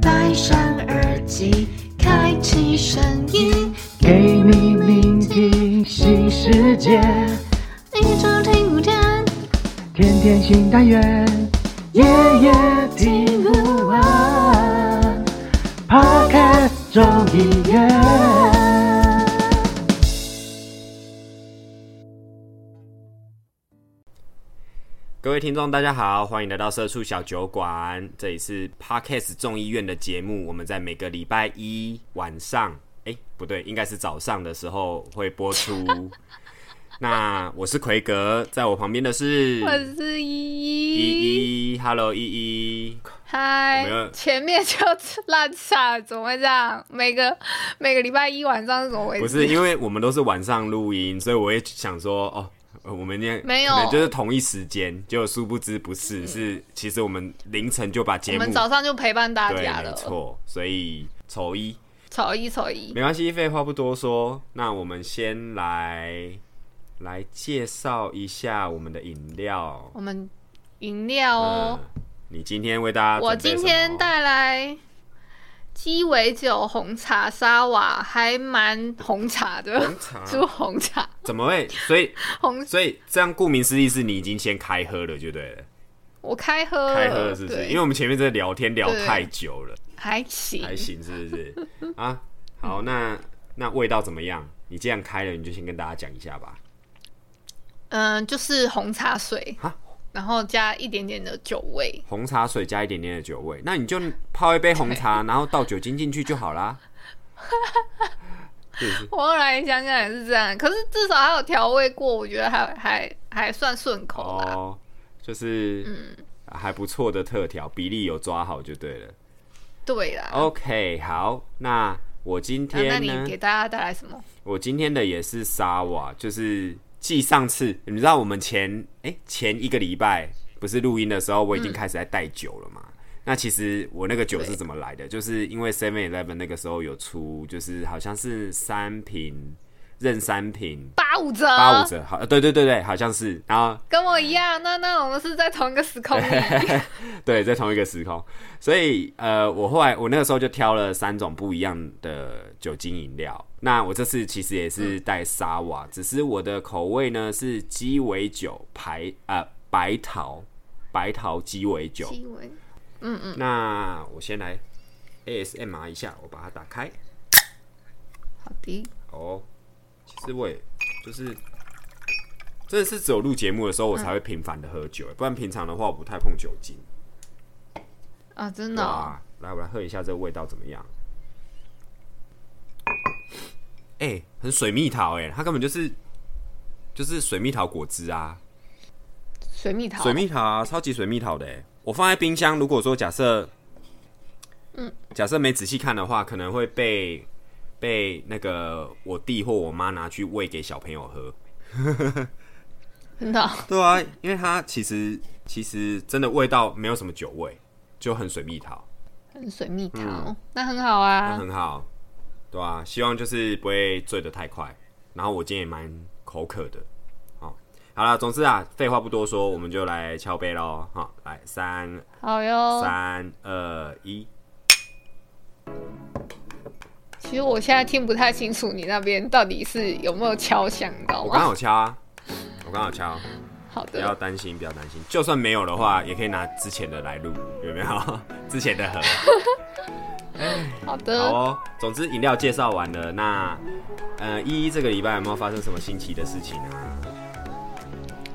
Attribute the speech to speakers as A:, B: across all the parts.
A: 戴上耳机，开启声音，给你聆听新世界。一周听五天，
B: 天天新单元，夜夜听不完。Podcast 众议院，
C: 各位听众，大家好，欢迎来到社畜小酒馆，这里是 Podcast 众议院的节目。我们在每个礼拜一晚上，哎、不对，应该是早上的时候会播 出。那我是奎格，在我旁边的是
A: 我是依依，
C: 依依，Hello 依依，
A: 嗨
C: 我们要，
A: 前面就烂岔，怎么会这样？每个每个礼拜一晚上是怎么回事？
C: 不是因为我们都是晚上录音，所以我也想说哦。呃我们今天
A: 没有嗯
C: 可能就是同一时间，结果殊不知不是，是其实我们凌晨就把节
A: 我
C: 目
A: 们早上就陪伴大
C: 对，
A: 家
C: 没
A: 了，
C: 错，所以丑一
A: 丑一丑一，
C: 没关系，废话不多说，那我们先来来介绍一下我们的饮料。
A: 我们饮料哦。
C: 嗯，你今天为大家
A: 我
C: 准备
A: 今
C: 什
A: 天
C: 么
A: 带来鸡尾酒红茶沙瓦，还蛮红茶的
C: 红，茶，
A: 猪红茶，
C: 怎么会？所以
A: 红
C: 所以这样顾名思义是你已经先开喝了，就对了，
A: 我开喝了，
C: 开喝了是不是？
A: 呃对
C: 因为我们前面在聊天聊
A: 对
C: 太久了，
A: 还行，
C: 还行是不是？啊，好，那那味道怎么样？你既然开了，你就先跟大家讲一下吧。
A: 嗯，就是红茶水
C: 啊，
A: 然后加一点点的酒味，
C: 红茶水加一点点的酒味，那你就泡一杯红 茶，然后倒酒精进去就好啦。是不是
A: 我后来想想也是这样，可是至少还有调味过，我觉得还还还算顺口啦。
C: 哦，就是
A: 嗯
C: 还不错的特调，比例有抓好就对了。
A: 对啦，
C: OK，好，那我今
A: 啊那
C: 哦天
A: 你
C: 呢
A: 给？大家带来什么？
C: 我今天的也是沙瓦，就是继上次，你知道我们前哎、前一个礼拜不是录音的时候，我已经
A: 嗯
C: 开始在带酒了嘛。那其实我那个酒是怎么来的？就是因为 Seven Eleven 那个时候有出，就是好像是三瓶任三瓶
A: 八五折，
C: 八五折，好，呃对对对对，好像是。然后
A: 跟我一样，那那我们是在同一个时空里。
C: 对，啊在同一个时空，所以呃，我后来我那个时候就挑了三种不一样的酒精饮料。那我这次其实也是带沙瓦，只是我的口味呢是鸡尾酒排呃白桃白桃鸡尾酒。
A: 鸡尾
C: 那我先来 ASMR 一下，我把它打开
A: 好的，
C: 哦。其实我也就是真的是只有录节目的时候我才会频繁的喝酒，不然平常的话我不太碰酒精。
A: 啊，真的、哦，
C: 哇，来，我来喝一下这个味道怎么样？ 哎、很水蜜桃哎、它根本就是就是水蜜桃果汁啊，
A: 水蜜桃，
C: 水蜜桃啊，超级水蜜桃的哎、我放在冰箱，如果说假设，嗯，假设没仔细看的话，可能会被被那个我弟或我妈拿去喂给小朋友喝。
A: 真的哦、
C: 对啊，因为它其实其实真的味道没有什么酒味，就很水蜜桃。
A: 很水蜜桃，
C: 嗯
A: 那很好啊
C: 那。很好，对啊，希望就是不会醉得太快。然后我今天也蛮口渴的，好，好了，总之啊，废话不多说，我们就来敲杯喽，好，来三
A: 好哟，
C: 三二一，
A: 其实我现在听不太清楚你那边到底是有没有敲响，你知道
C: 我刚
A: 吗？
C: 好敲啊，我刚好敲，啊
A: 好
C: 不要
A: 的，
C: 担心，不要担心，就算没有的话，也可以拿之前的来录，有没有？ 之前的盒。
A: 好
C: 好
A: 的。
C: 哦，总之饮料介绍完了，那呃，依依这个礼拜有没有发生什么新奇的事情啊？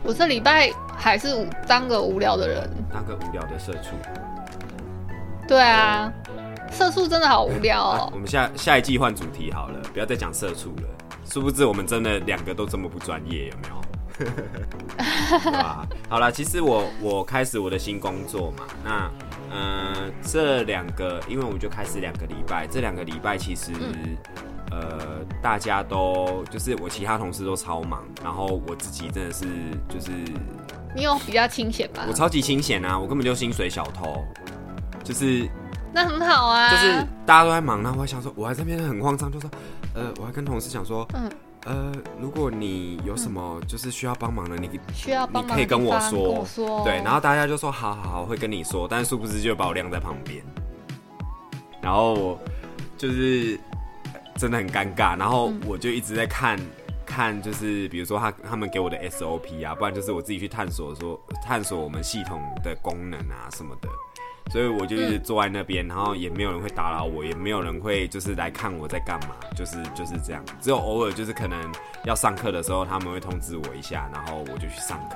A: 我这礼拜还是无当个无聊的人，
C: 当个无聊的社畜。
A: 对啊，色素真的好无聊
C: 啊
A: 哦，
C: 我。们下下一季换主题好了，不要再讲社畜了。殊不知我们真的两个都这么不专业，有没有？对吧？好啦，其实我我开始我的新工作嘛，那呃这两个，因为我就开始两个礼拜，这两个礼拜其实、呃大家都就是我其他同事都超忙，然后我自己真的是就是
A: 你有比较清闲吗
C: 我？超级清闲啊，我根本就薪水小偷，就是
A: 那很好啊，
C: 就是大家都在忙，然后我还想说，我还在那边很慌张，就说，呃，我还跟同事讲说，
A: 嗯
C: 呃，如果你有什么就是需要帮忙的，你
A: 需要
C: 你
A: 帮忙的
C: 可以跟我
A: 地方
C: 说，
A: 跟我说
C: 对，然后大家就说好好好，会跟你说，但是殊不知就把我晾在旁边，然后我就是真的很尴尬，然
A: 嗯
C: 后我就一直在看。看就是比如说他他们给我的 SOP 啊，不然就是我自己去探索说探索我们系统的功能啊什么的，所以我就一直坐在那边，然后也没有人会打扰我，也没有人会就是来看我在干嘛，就是就是这样，只有偶尔就是可能要上课的时候他们会通知我一下，然后我就去上课，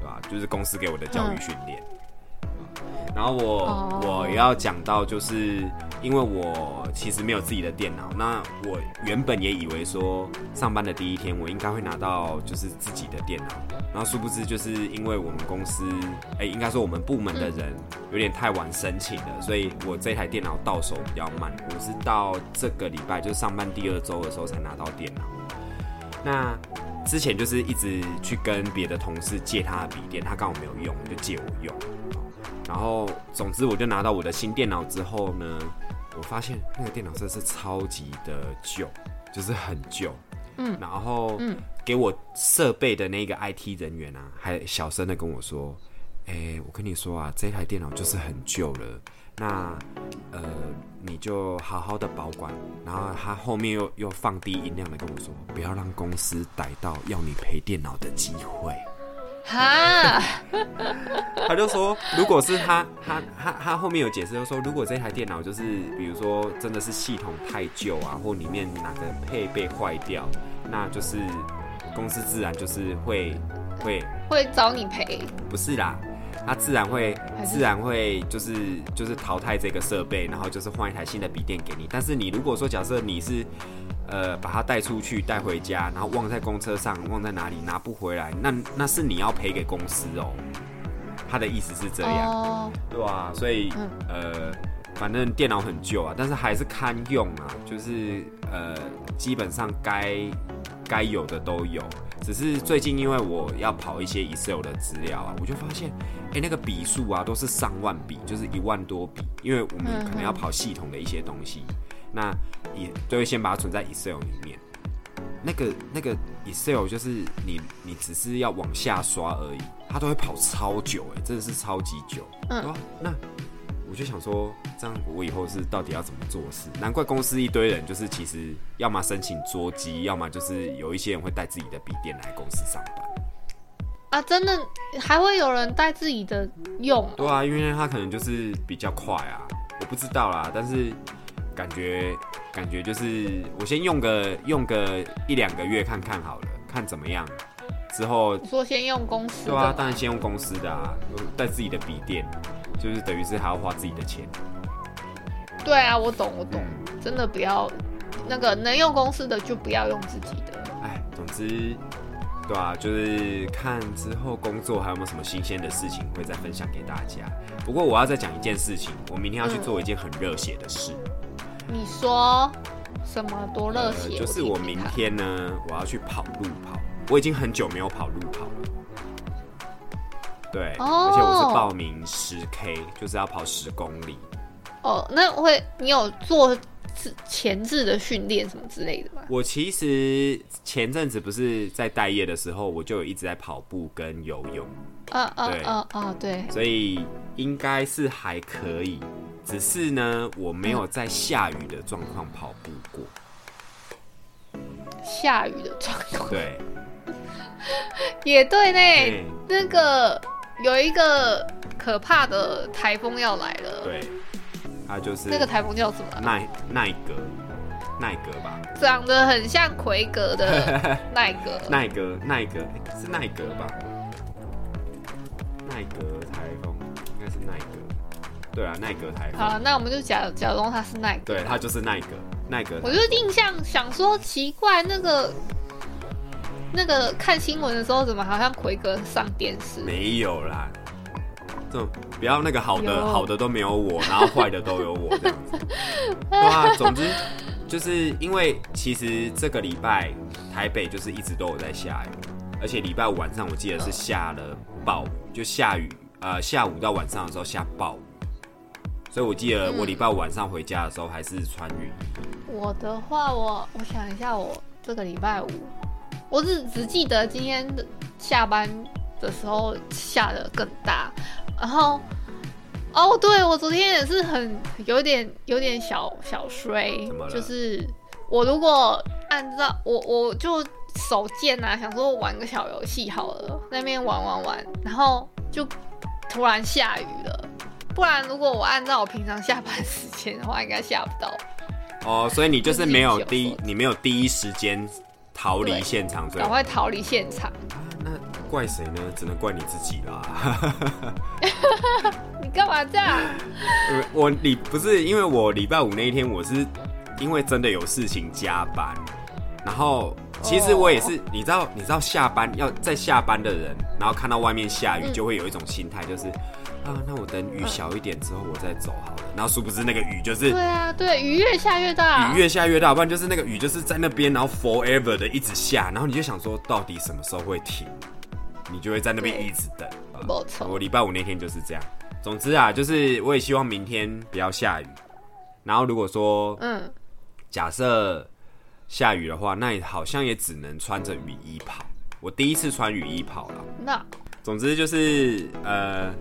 C: 对吧？就是公司给我的教育训练。然后我、
A: 哦
C: 我也要讲到，就是因为我其实没有自己的电脑，那我原本也以为说上班的第一天我应该会拿到就是自己的电脑，然后殊不知就是因为我们公司，哎，应该说我们部门的人有点太晚申请了，所以我这台电脑到手比较慢，我是到这个礼拜就是上班第二周的时候才拿到电脑。那之前就是一直去跟别的同事借他的笔电，他刚好没有用，就借我用。然后，总之我就拿到我的新电脑之后呢，我发现那个电脑真的是超级的旧，就是很旧。嗯，然后给我设备的那个 IT 人员啊，还小声的跟我说：“哎、我跟你说啊，这台电脑就是很旧了，那呃，你就好好的保管。”然后他后面又又放低音量的跟我说：“不要让公司逮到要你赔电脑的机会。”
A: 哈，
C: 他就说，如果是他，他他他后面有解释，就说如果这台电脑就是，比如说真的是系统太旧啊，或里面哪个配备坏掉，那就是公司自然就是会会
A: 会找你赔。
C: 不是啦，它自然会
A: 还是
C: 自然会就是就是淘汰这个设备，然后就是换一台新的笔电给你。但是你如果说假设你是呃把它带出去带回家，然后忘在公车上，忘在哪里拿不回来，那那是你要赔给公司哦。他的意思是这样。
A: 哦，
C: 对啊，所以、
A: 嗯
C: 呃，反正电脑很旧啊，但是还是堪用啊，就是呃，基本上该该有的都有。只是最近因为我要跑一些 Excel 的资料啊，我就发现，哎、那个笔数啊都是上万笔，就是一万多笔，因为我们可能要跑系统的一些东西，那也就会先把它存在 Excel 里面。那个那个 Excel 就是你你只是要往下刷而已，它都会跑超久哎、真的是超级久。
A: 嗯
C: 对啊那我就想说，这样我以后是到底要怎么做事？难怪公司一堆人就是其实要么申请桌机，要么就是有一些人会带自己的笔电来公司上班。
A: 啊，真的还会有人带自己的用
C: 对啊，因为他可能就是比较快啊，我不知道啦，但是感觉感觉就是我先用个用个一两个月看看好了，看怎么样。之后
A: 你说先用公司的
C: 对
A: 吗，
C: 啊，当然先用公司的啊，带自己的笔电，就是等于是还要花自己的钱。
A: 对啊，我懂，我懂，真的不要那个能用公司的就不要用自己的。
C: 哎，总之，对啊，就是看之后工作还有没有什么新鲜的事情会再分享给大家。不过我要再讲一件事情，我明天要去做一件很热血的事。
A: 你说什么多嗯热
C: 呃
A: 血？
C: 就是
A: 听
C: 我
A: 听
C: 明
A: 看
C: 天呢，我要去跑路跑。我已经很久没有跑路跑了。对，
A: 哦
C: 而且我是报名十 K，就是要跑十公里。
A: 哦，那会你有做自前置的训练什么之类的吗？
C: 我其实前阵子不是在待业的时候，我就有一直在跑步跟游泳，
A: 啊啊
C: 对
A: 啊啊！对，
C: 所以应该是还可以。只是呢，我没有在下雨的状况跑步过。
A: 下雨的状况
C: 对，
A: 也对
C: 对
A: 呢。那个有一个可怕的台风要来了，
C: 对，它就是
A: 那个台风叫什么啊？
C: 奈奈格，奈格吧。
A: 长得很像奎格 的那个，
C: 奈格，奈格、诶是奈格吧？奈格台风应该是奈格，对啊，奈格台
A: 好了，
C: 风，
A: 那我们就假假装他是奈个。
C: 对，它就是奈格，奈格
A: 我就印象想说奇怪，那个那个看新闻的时候，怎么好像奎格上电视？
C: 没有啦，这种不要那个好的
A: 有
C: 好的都没有我，然后坏的都有我这样 子，对啊，总之就是因为其实这个礼拜台北就是一直都有在下雨，而且礼拜五晚上我记得是下了暴雨，就下雨，呃，下午到晚上的时候下暴雨。所以我记得我礼拜五晚上回家的时候还是穿雨衣，
A: 我的话，我我想一下，我这个礼拜五，我只只记得今天的下班的时候下的更大，然后哦，对我昨天也是很有点有点小小衰
C: 怎么，了
A: 就是我如果按照我我就手贱啊，想说玩个小游戏好了，在那边玩玩玩，然后就突然下雨了。不然如果我按照我平常下班时间的话，应该下不到。
C: 哦，所以你就是没有
A: 就是
C: 第一
A: 有时，候
C: 你没有第一时间逃离
A: 对
C: 现场，所以
A: 赶快逃离现场！
C: 那怪谁呢？只能怪你自己啦。
A: 你干嘛 这样？
C: 呃我礼不是因为我礼拜五那一天我是因为真的有事情加班，然后其实我也
A: 哦
C: 是，你知道你知道下班要在下班的人，然后看到外面下雨，
A: 嗯
C: 就会有一种心态，就是啊，那我等雨小一点之后我再走好了。然后殊不知那个雨就是
A: 对啊，对，雨越下越大。
C: 雨越下越大，不然就是那个雨就是在那边，然后 forever 的一直下，然后你就想说到底什么时候会停，你就会在那边
A: 对
C: 一直等。
A: 没错
C: 我礼拜五那天就是这样。总之啊，就是我也希望明天不要下雨。然后如果说
A: 嗯，
C: 假设下雨的话，那也好像也只能穿着雨衣跑。我第一次穿雨衣跑了。
A: 那
C: 总之就是呃，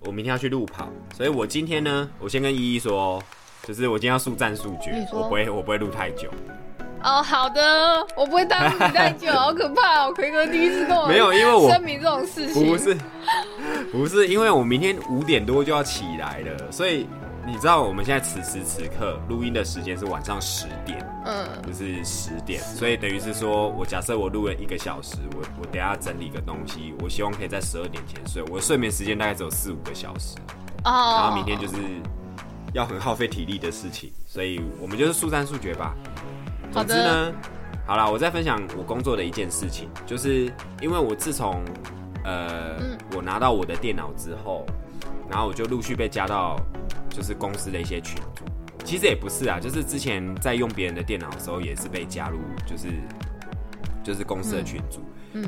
C: 我明天要去路跑，所以我今天呢，我先跟依依说哦，就是我今天要速战速决
A: 你，说
C: 我不会我不会录太久，
A: 哦，好的，我不会耽误你太久，好可怕哦！奎哥第一次跟我
C: 没有因为我
A: 声明这种事情，
C: 不是 不是，因为我明天五点多就要起来了，所以你知道我们现在此时此刻录音的时间是晚上十点，
A: 嗯，
C: 就是十点，所以等于是说我假设我录了一个小时，我我等一下整理个东西，我希望可以在十二点前睡，我的睡眠时间大概只有四五个小时。
A: 哦，
C: 然后明天就是要很耗费体力的事情，所以我们就是速战速决吧。
A: 好
C: 总之
A: 的，
C: 呢，好啦，我再分享我工作的一件事情，就是因为我自从呃、
A: 嗯
C: 我拿到我的电脑之后，然后我就陆续被加到就是公司的一些群组。其实也不是啊，就是之前在用别人的电脑的时候，也是被加入就是就是公司的
A: 嗯
C: 群组，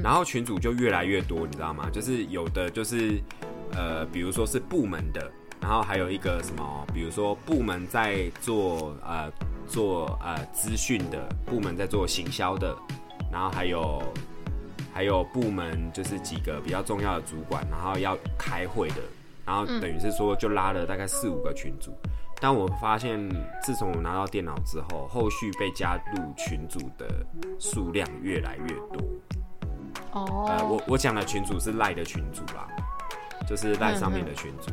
C: 然后群组就越来越多，你知道吗？就是有的就是呃，比如说是部门的，然后还有一个什么，比如说部门在做呃做呃资讯的，部门在做行销的，然后还有还有部门就是几个比较重要的主管，然后要开会的，然后等于是说就拉了大概四五个群组。但我发现，自从我拿到电脑之后，后续被加入群组的数量越来越多。呃，
A: 哦，
C: 我我讲的群主是赖的群主啦，就是赖上面的群主，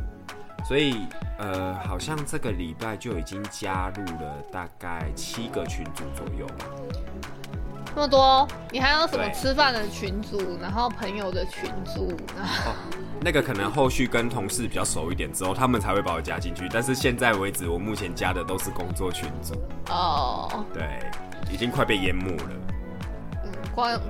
C: 所以呃，好像这个礼拜就已经加入了大概七个群主左右吧。
A: 那么多，你还有什么
C: 对
A: 吃饭的群组，然后朋友的群组， 然后
C: 那个可能后续跟同事比较熟一点之后，他们才会把我加进去。但是现在为止，我目前加的都是工作群组，
A: 哦，
C: 对，已经快被淹没了。
A: 嗯，光
C: 哇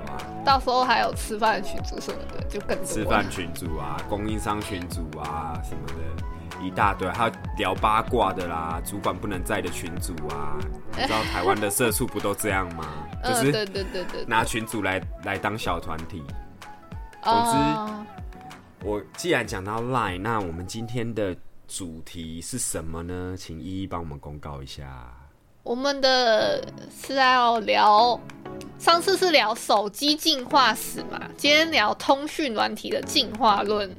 A: 到时候还有吃饭的群组什么的，就更多
C: 吃饭群组啊，供应商群组啊什么的，一大堆，还有聊八卦的啦，主管不能在的群组 啊，你知道台湾的社畜不都这样吗？就
A: 嗯，对
C: 是
A: 对对对，
C: 拿群组来来当小团体。
A: 哦，
C: 我既然讲到 Line，那我们今天的主题是什么呢？请一一帮我们公告一下。
A: 我们的是要聊，上次是聊手机进化史嘛，今天聊通讯软体的进化论。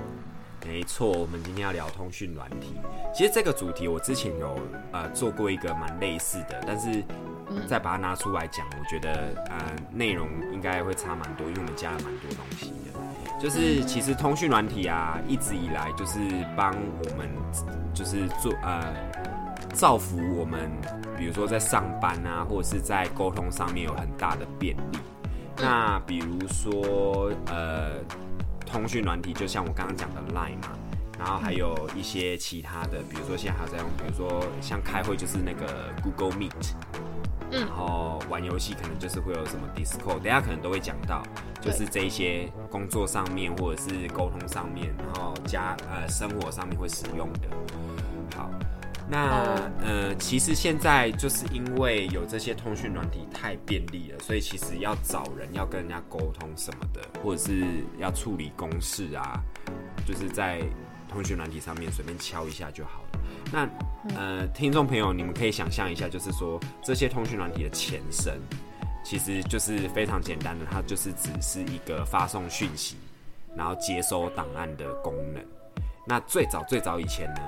C: 没错，我们今天要聊通讯软体。其实这个主题我之前有呃做过一个蛮类似的，但是再把它拿出来讲，我觉得呃内容应该会差蛮多，因为我们加了蛮多东西的。就是其实通讯软体啊，一直以来就是帮我们就是做呃造福我们，比如说在上班啊，或者是在沟通上面有很大的便利。那比如说呃，通讯软体，就像我刚刚讲的 Line 嘛，然后还有一些其他的，比如说现在还有在用，比如说像开会就是那个 Google Meet，
A: 嗯
C: 然后玩游戏可能就是会有什么 Discord，等一下可能都会讲到，就是这一些工作上面或者是沟通上面，然后加呃生活上面会使用的。好，那
A: 哦
C: 呃，其实现在就是因为有这些通讯软体太便利了，所以其实要找人、要跟人家沟通什么的，或者是要处理公事啊，就是在通讯软体上面随便敲一下就好了。那呃，听众朋友，你们可以想象一下，就是说这些通讯软体的前身，其实就是非常简单的，它就是只是一个发送讯息，然后接收档案的功能。那最早最早以前呢，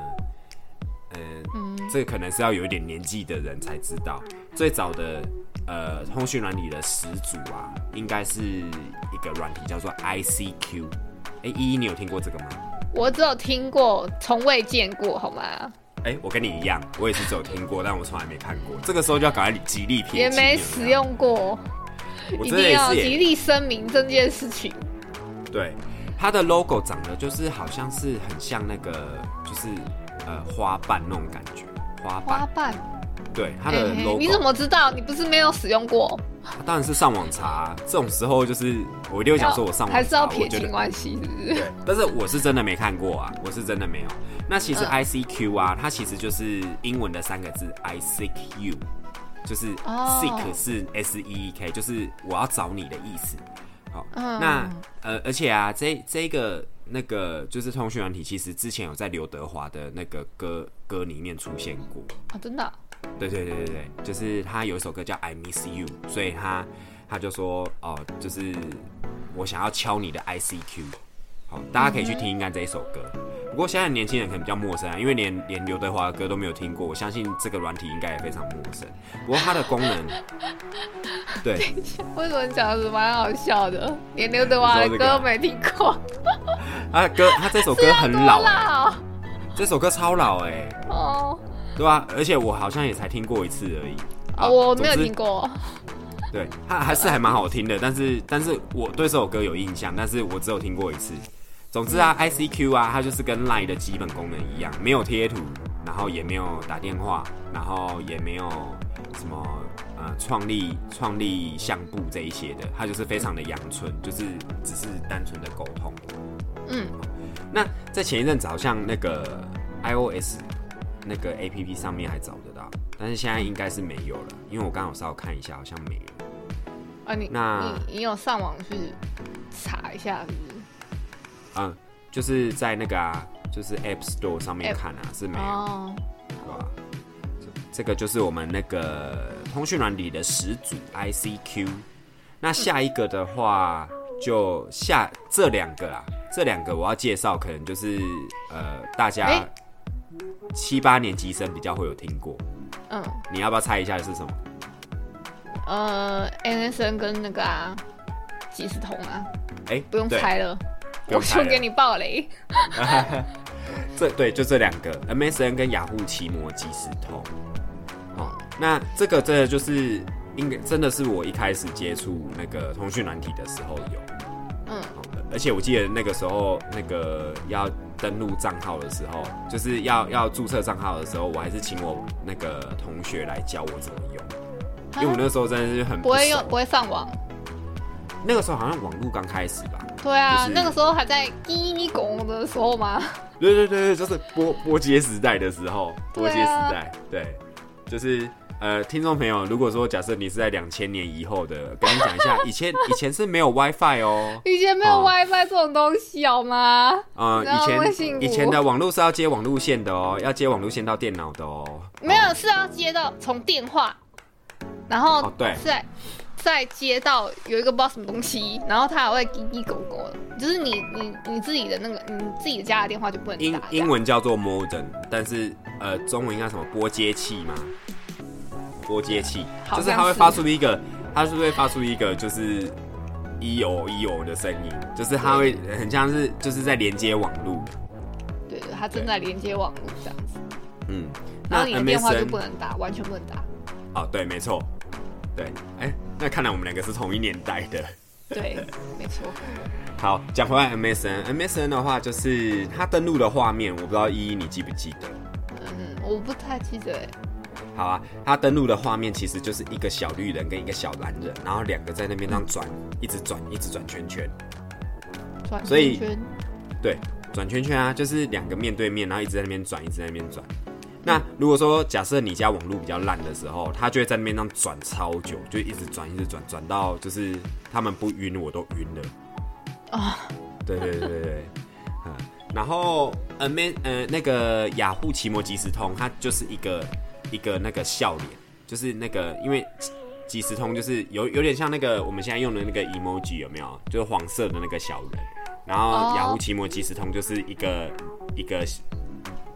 A: 嗯
C: 这可能是要有一点年纪的人才知道。最早的呃通讯软体的始祖啊，应该是一个软体叫做 ICQ。哎，依依，你有听过这个吗？
A: 我只有听过，从未见过，好吗？
C: 哎、我跟你一样，我也是只有听过，但我从来没看过。这个时候就要赶快极力
A: 也
C: 撇清，
A: 没
C: 有
A: 使
C: 有，
A: 用过，
C: 我真
A: 一
C: 的
A: 定
C: 也
A: 要
C: 是
A: 极
C: 也
A: 力声明这件事情。
C: 对。它的 logo 长得就是好像是很像那个，就是呃花瓣那种感觉，花瓣。
A: 花瓣，
C: 对，它的
A: 嘿嘿
C: logo。
A: 你怎么知道？你不是没有使用过？
C: 啊当然是上网查，这种时候就是我一定会想说，我上网查
A: 还是要撇
C: 我觉
A: 清
C: 得
A: 关系，是不 是？
C: 对，但是我是真的没看过啊，我是真的没有。那其实
A: 嗯
C: I C Q 啊，它其实就是英文的三个字 I seek you，就是
A: 哦
C: seek 是 S E E K，就是我要找你的意思。好，
A: 嗯
C: 那呃，而且啊，这这个那个就是通讯软体，其实之前有在刘德华的那个歌歌里面出现过。
A: 啊，真的啊、
C: 对对对对对，就是他有一首歌叫《I Miss You》，所以他他就说哦、就是我想要敲你的 ICQ。好，大家可以去听一下这一首歌。不过现在年轻人可能比较陌生啊，因为连连刘德华的歌都没有听过，我相信这个软体应该也非常陌生。不过它的功 能，对，
A: 为什么讲的蛮好笑的？连刘德华的
C: 你说这个
A: 歌
C: 啊
A: 都没听过，
C: 它的歌，它这首歌很 老、欸，
A: 啦
C: 这首歌超老哎、
A: 哦，
C: 对吧、而且我好像也才听过一次而已。
A: 哦我没有
C: 总之
A: 听过，
C: 对，它还是还蛮好听的，但是但是我对这首歌有印象，但是我只有听过一次。总之啊，ICQ 啊，它就是跟 LINE 的基本功能一样，没有贴图，然后也没有打电话，然后也没有什么呃创立创立相簿这一些的，它就是非常的阳春，就是只是单纯的沟通。
A: 嗯，
C: 那在前一阵子好像那个 iOS 那个 APP 上面还找得到，但是现在应该是没有了，因为我刚好稍微看一下，好像没有。
A: 啊，你
C: 那
A: 你你有上网去查一下是不是？
C: 嗯，就是在那个啊，就是 App Store 上面
A: App
C: 看啊，是没有，
A: 哦，
C: 对吧？这这个就是我们那个通讯软体的始祖 ICQ。那下一个的话，就下这两个啦，这两个我要介绍，可能就是呃，大家
A: 诶
C: 七八年级生比较会有听过。
A: 嗯，
C: 你要不要猜一下是什么？
A: 呃，NSN 跟那个啊，即时通啊，
C: 哎、
A: 不用
C: 对
A: 猜了，
C: 不
A: 我
C: 用猜
A: 就
C: 了
A: 给你爆雷。
C: 这对就这两个 MSN 跟雅虎奇摩即时通。哦，那这个真的就是应该真的是我一开始接触那个通讯软体的时候有，
A: 嗯，
C: 哦而且我记得那个时候那个要登录账号的时候，就是要要注册账号的时候，我还是请我那个同学来教我怎么用，因为我那时候真的是很
A: 不
C: 熟
A: 会用，不会上网。
C: 那个时候好像网络刚开始吧。
A: 对啊，
C: 就是
A: 那个时候还在滴滴拱的时候吗？
C: 对对对对，就是波波街时代的时候，
A: 对
C: 波
A: 啊
C: 街时代，对，就是呃，听众朋友，如果说假设你是在两千年以后的，跟你讲一下，以前以前是没有 WiFi 哦，
A: 以前没有
C: 哦
A: WiFi 这种东西好吗？
C: 呃，
A: 那微
C: 以
A: 信
C: 前
A: 我
C: 以前的网络是要接网路线的哦，要接网路线到电脑的哦，
A: 没有，是要接到从电话，然后
C: 哦对
A: 再再接到有一个不知道什么东西，然后它还会滴滴狗狗的，就是你你你自己的那个你自己的家的电话就不能
C: 英
A: 打。
C: 英文叫做 modem，但是呃，中文应该什么波接器吗？波接器，
A: 好
C: 就是
A: 像
C: 它会
A: 是
C: 发出一个，它是会发出一个就是一哦一哦的声音，就是它会很像是就是在连接网路，
A: 这样对，它正在连接网络这样子，
C: 嗯，
A: 然后你的电话就
C: MSN
A: 不能打，完全不能打。
C: 哦，对，没错，对，哎、那看来我们两个是同一年代的。
A: 对， 没错。
C: 好，讲回来 MSN，MSN 的话就是它登录的画面，我不知道依依你记不记得？
A: 嗯，我不太记得欸。
C: 好啊，它登录的画面其实就是一个小绿人跟一个小蓝人，然后两个在那边这样转，一直转，一直转圈圈。
A: 转
C: 所以
A: 圈圈，
C: 对，转圈圈啊，就是两个面对面，然后一直在那边转，一直在那边转。那如果说假设你家网络比较烂的时候，它就会在那边这样转超久，就一直转，一直转，转到就是他们不晕我都晕了。啊，对对对对对，嗯，然后呃 m 呃那个雅虎奇摩即时通，它就是一个一个那个笑脸，就是那个因为即即时通就是有有点像那个我们现在用的那个 emoji 有没有？就是黄色的那个小人。然后雅虎
A: 哦
C: 奇摩即时通就是一个一个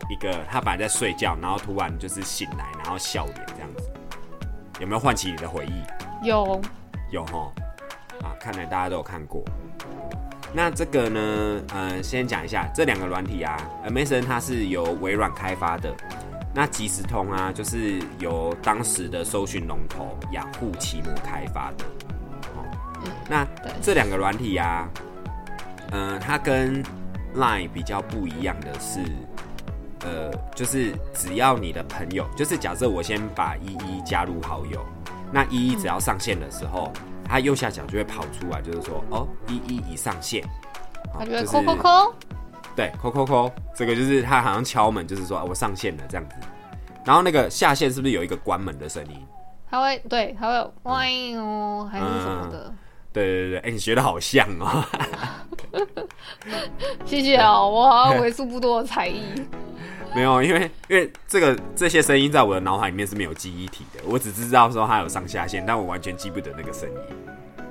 C: 一个他本来在睡觉，然后突然就是醒来，然后笑脸这样子，有没有唤起你的回忆？
A: 有
C: 有哈，啊，看来大家都有看过。那这个呢，呃，先讲一下这两个软体啊，Amazon 它是由微软开发的，那即时通啊，就是由当时的搜寻龙头雅虎奇摩开发的。哦，那
A: 对
C: 这两个软体啊，嗯、它跟 Line 比较不一样的是，呃，就是只要你的朋友，就是假设我先把依依加入好友，那依依只要上线的时候，它右下角就会跑出来，就是说哦，依依已上线，好
A: 他就会
C: 是
A: 扣扣扣，
C: 对，扣扣扣，这个就是他好像敲门，就是说、啊、我上线了这样子。然后那个下线是不是有一个关门的声音？
A: 他会对，他会有哇哦，还是什么的。
C: 对对对，哎、你学的好像哦。
A: 谢谢哦，我 好像为数不多的才艺。
C: 没有，因为因为这个这些声音在我的脑海里面是没有记忆体的，我只知道说它有上下线，但我完全记不得那个声音。对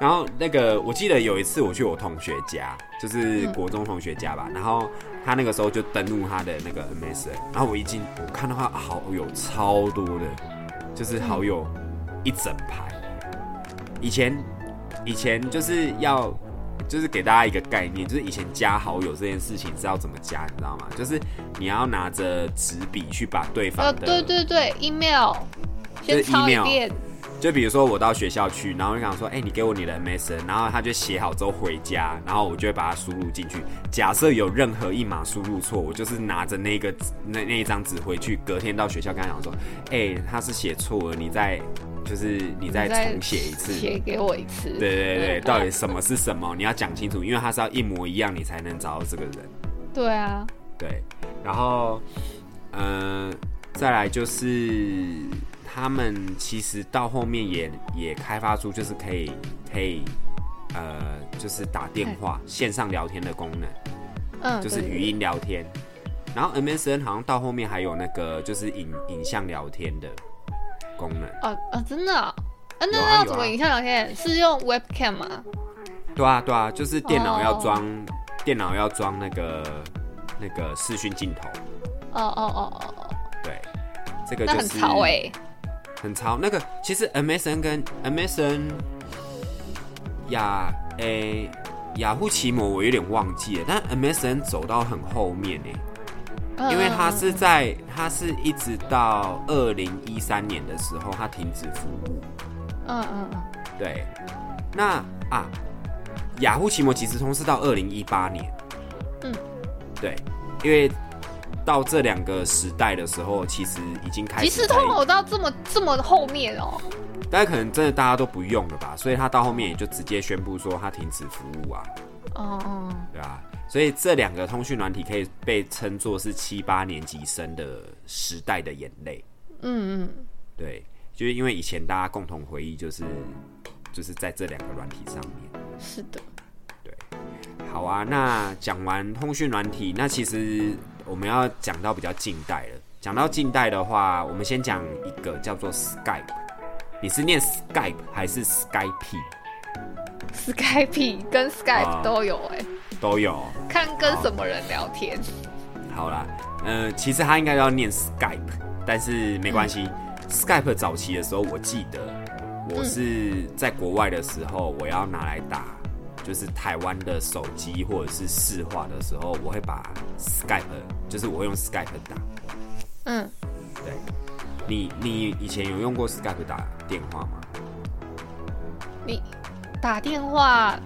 C: 然后那个我记得有一次我去我同学家，
A: 嗯
C: 就是国中同学家吧，然后他那个时候就登录他的那个 MSN，然后我一进我看到他好友超多的，就是好友一整排。以前以前就是要就是给大家一个概念，就是以前加好友这件事情是要怎么加，你知道吗？就是你要拿着纸笔去把对方
A: 呃，
C: 的，
A: 对对对，email
C: 就
A: 先
C: 是
A: 抄一
C: email
A: 遍，
C: 就比如说我到学校去，然后我就想说，哎、你给我你的 MSN，然后他就写好之后回家，然后我就会把它输入进去。假设有任何一码输入错，我就是拿着那个纸那那一张纸回去，隔天到学校跟他讲说，哎、他是写错了，你再就是你再
A: 你再
C: 重写一次，
A: 写给我一次。
C: 对对对，到底什么是什么，你要讲清楚，因为他是要一模一样，你才能找到这个人。
A: 对啊，
C: 对，然后，呃，再来就是他们其实到后面也也开发出就是可以可以，呃，就是打电话线上聊天的功能。
A: 嗯，
C: 就是
A: 对
C: 语音聊天。然后 MSN 好像到后面还有那个就是影影像聊天的功能，
A: 哦哦，真的啊，啊那
C: 有啊
A: 那要
C: 有
A: 怎么
C: 啊
A: 影像聊天？是用 webcam 吗？
C: 对啊对啊，就是电脑要
A: 哦
C: 装、电脑要装那个那个视讯镜头，
A: 哦哦哦哦哦，
C: 对，这个
A: 那
C: 就
A: 很
C: 是
A: 潮哎，
C: 很潮。那个其实 MSN 跟 MSN 雅诶、雅虎奇摩我有点忘记了，但 MSN 走到很后面诶、
A: 嗯
C: 因为它
A: 嗯
C: 是在它是一直到二零一三年的时候它停止服务。
A: 嗯嗯嗯
C: 对，那啊，雅虎奇摩即时通是到二零一八年，
A: 嗯，
C: 对，因为到这两个时代的时候，其实已经开
A: 即
C: 始
A: 时
C: 在
A: 通偶到这么这么后面哦，
C: 大家可能真的大家都不用了吧，所以他到后面也就直接宣布说他停止服务啊，
A: 哦哦，
C: 对吧、所以这两个通讯软体可以被称作是七八年级生的时代的眼泪，
A: 嗯嗯，
C: 对，就是因为以前大家共同回忆就是就是在这两个软体上面。
A: 是的，
C: 好啊，那讲完通讯软体，那其实我们要讲到比较近代了。讲到近代的话，我们先讲一个叫做 Skype，你是念 Skype 还是 Skype
A: Skype 跟
C: 啊
A: Skype 都有哎、
C: 都有。
A: 看跟什么人聊天。
C: 好啦，呃，其实他应该要念 Skype，但是没关系。Skype 早期的时候，我记得我是在国外的时候，我要拿来打就是台湾的手机或者是市话的时候，我会把 Skype，就是我会用 Skype 打。
A: 嗯，
C: 对，你你以前有用过 Skype 打电话吗？
A: 你打电话，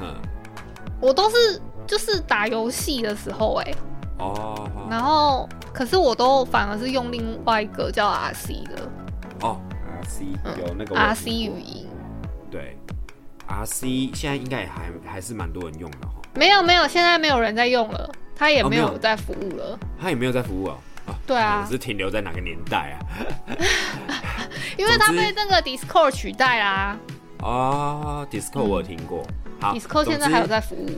C: 嗯，
A: 我都是就是打游戏的时候哎、
C: 哦
A: 然后可是我都反而是用另外一个叫 RC 的
C: 哦，RC 有那个我有
A: RC
C: 听过
A: 语音，
C: 对，RC 现在应该也还还是蛮多人用的哈，
A: 没有没有，现在没有人在用了，它也
C: 哦没
A: 没有
C: 有
A: 在服务了。
C: 它也没有在服务哦。哦
A: 对啊
C: 我是停留在哪个年代啊？
A: 因为它
C: 总之
A: 被那个 Discord 取代啦
C: 哦，Disco 我有听过。好
A: 嗯，Discord 现在
C: 啊总之
A: 还有在服务。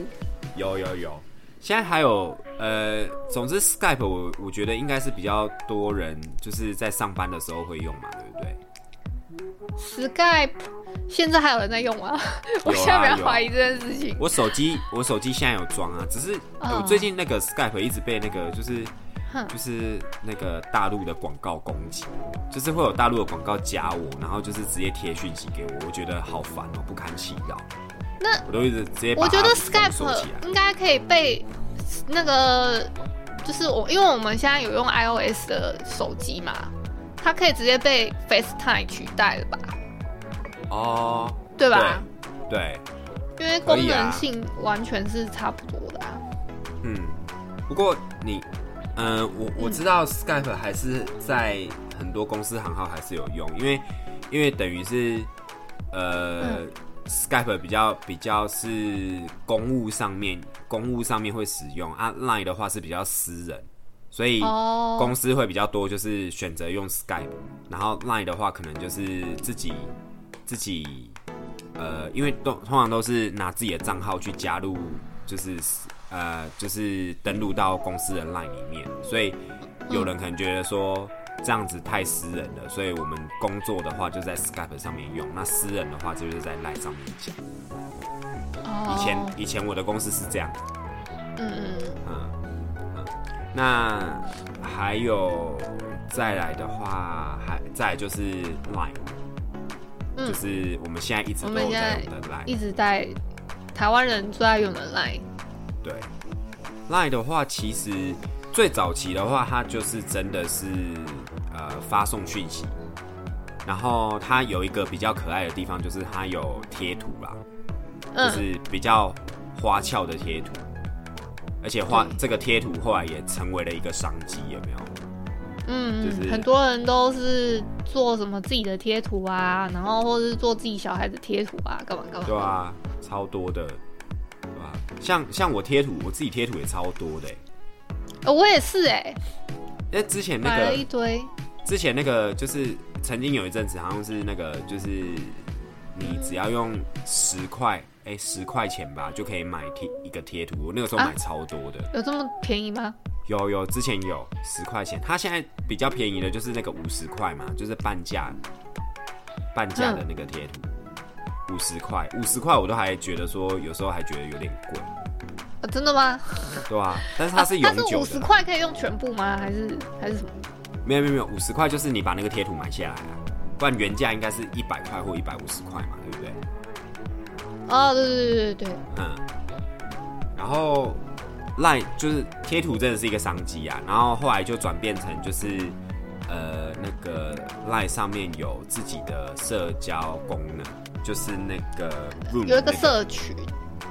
C: 有有有，现在还有呃，总之 Skype 我我觉得应该是比较多人就是在上班的时候会用嘛，对不对？
A: Skype 现在还有人在用
C: 啊
A: 吗？ 我现在比较怀疑这件事情。
C: 我手机我手机现在有装啊，只是
A: 嗯
C: 我最近那个 Skype 一直被那个就是
A: 哼
C: 就是那个大陆的广告攻击，就是会有大陆的广告加我，然后就是直接贴讯息给我，我觉得好烦哦、不堪其扰。
A: 那
C: 我都一直直接把
A: 我觉
C: 它
A: 得
C: 封锁
A: Skype
C: 起来。
A: 应该可以被那个，就是我，因为我们现在有用 iOS 的手机嘛，它可以直接被 FaceTime 取代了吧？
C: 哦，
A: 对啊吧？
C: 对，
A: 因为
C: 可
A: 功
C: 以啊
A: 能性完全是差不多的、啊。
C: 嗯，不过你，呃，我我知道 Skype 还是在很多公司行号还是有用，因为因为等于是，呃、s k y p e 比较比较是公务上面公务上面会使用啊，Line 的话是比较私人，所以啊
A: 哦
C: 公司会比较多，就是选择用 Skype，然后 Line 的话可能就是自己自己呃，因为都通常都是拿自己的账号去加入，就是呃，就是登录到公司的 LINE 里面，所以
A: 嗯
C: 有人可能觉得说这样子太私人了，所以我们工作的话就在 Skype 上面用，那私人的话就是在 LINE 上面讲。
A: 哦，
C: 以前以前我的公司是这样，
A: 嗯嗯，
C: 嗯嗯，那还有再来的话，还再来就是 LINE。
A: 嗯
C: 就是我们现在一直
A: 我
C: 都
A: 们
C: 有
A: 现
C: 在
A: 在
C: 用的 Line，
A: 一直在台湾人最爱用的 Line。
C: 对，Line 的话，其实最早期的话，它就是真的是呃发送讯息，然后它有一个比较可爱的地方，就是它有贴图啦，就
A: 嗯，
C: 是比较花俏的贴图，而且花
A: 对
C: 这个贴图后来也成为了一个商机，有没有？
A: 哦嗯，
C: 就是
A: 很多人都是做什么自己的贴图啊，然后或是做自己小孩子贴图啊，干嘛干嘛。
C: 对啊，超多的，对吧、像像我贴图，我自己贴图也超多的欸、
A: 呃我也是哎、
C: 那之前那
A: 买了
C: 个
A: 一堆。
C: 之前那个就是曾经有一阵子，好像是那个就是你只要用十块，哎、十块钱吧，就可以买贴一个贴图。我那个时候
A: 啊
C: 买超多的，
A: 有这么便宜吗？
C: 有有之前有十块钱，它现在比较便宜的就是那个五十块嘛，就是半价半价的那个贴图，五十块五十块我都还觉得说有时候还觉得有点贵，
A: 啊，真的吗？
C: 对吧、但是它是永
A: 啊但是
C: 久
A: 五十
C: 的，
A: 块可以用全部吗？还是还是什么？
C: 没有没有没有，五十块就是你把那个贴图买下来啊，不然原价应该是一百块或一百五十块嘛，对不对？
A: 哦，对对对对对，
C: 嗯，然后 Line 就是贴图真的是一个商机啊，然后后来就转变成就是呃那个 Line 上面有自己的社交功能，就是那个 room
A: 有一
C: 那
A: 个社群，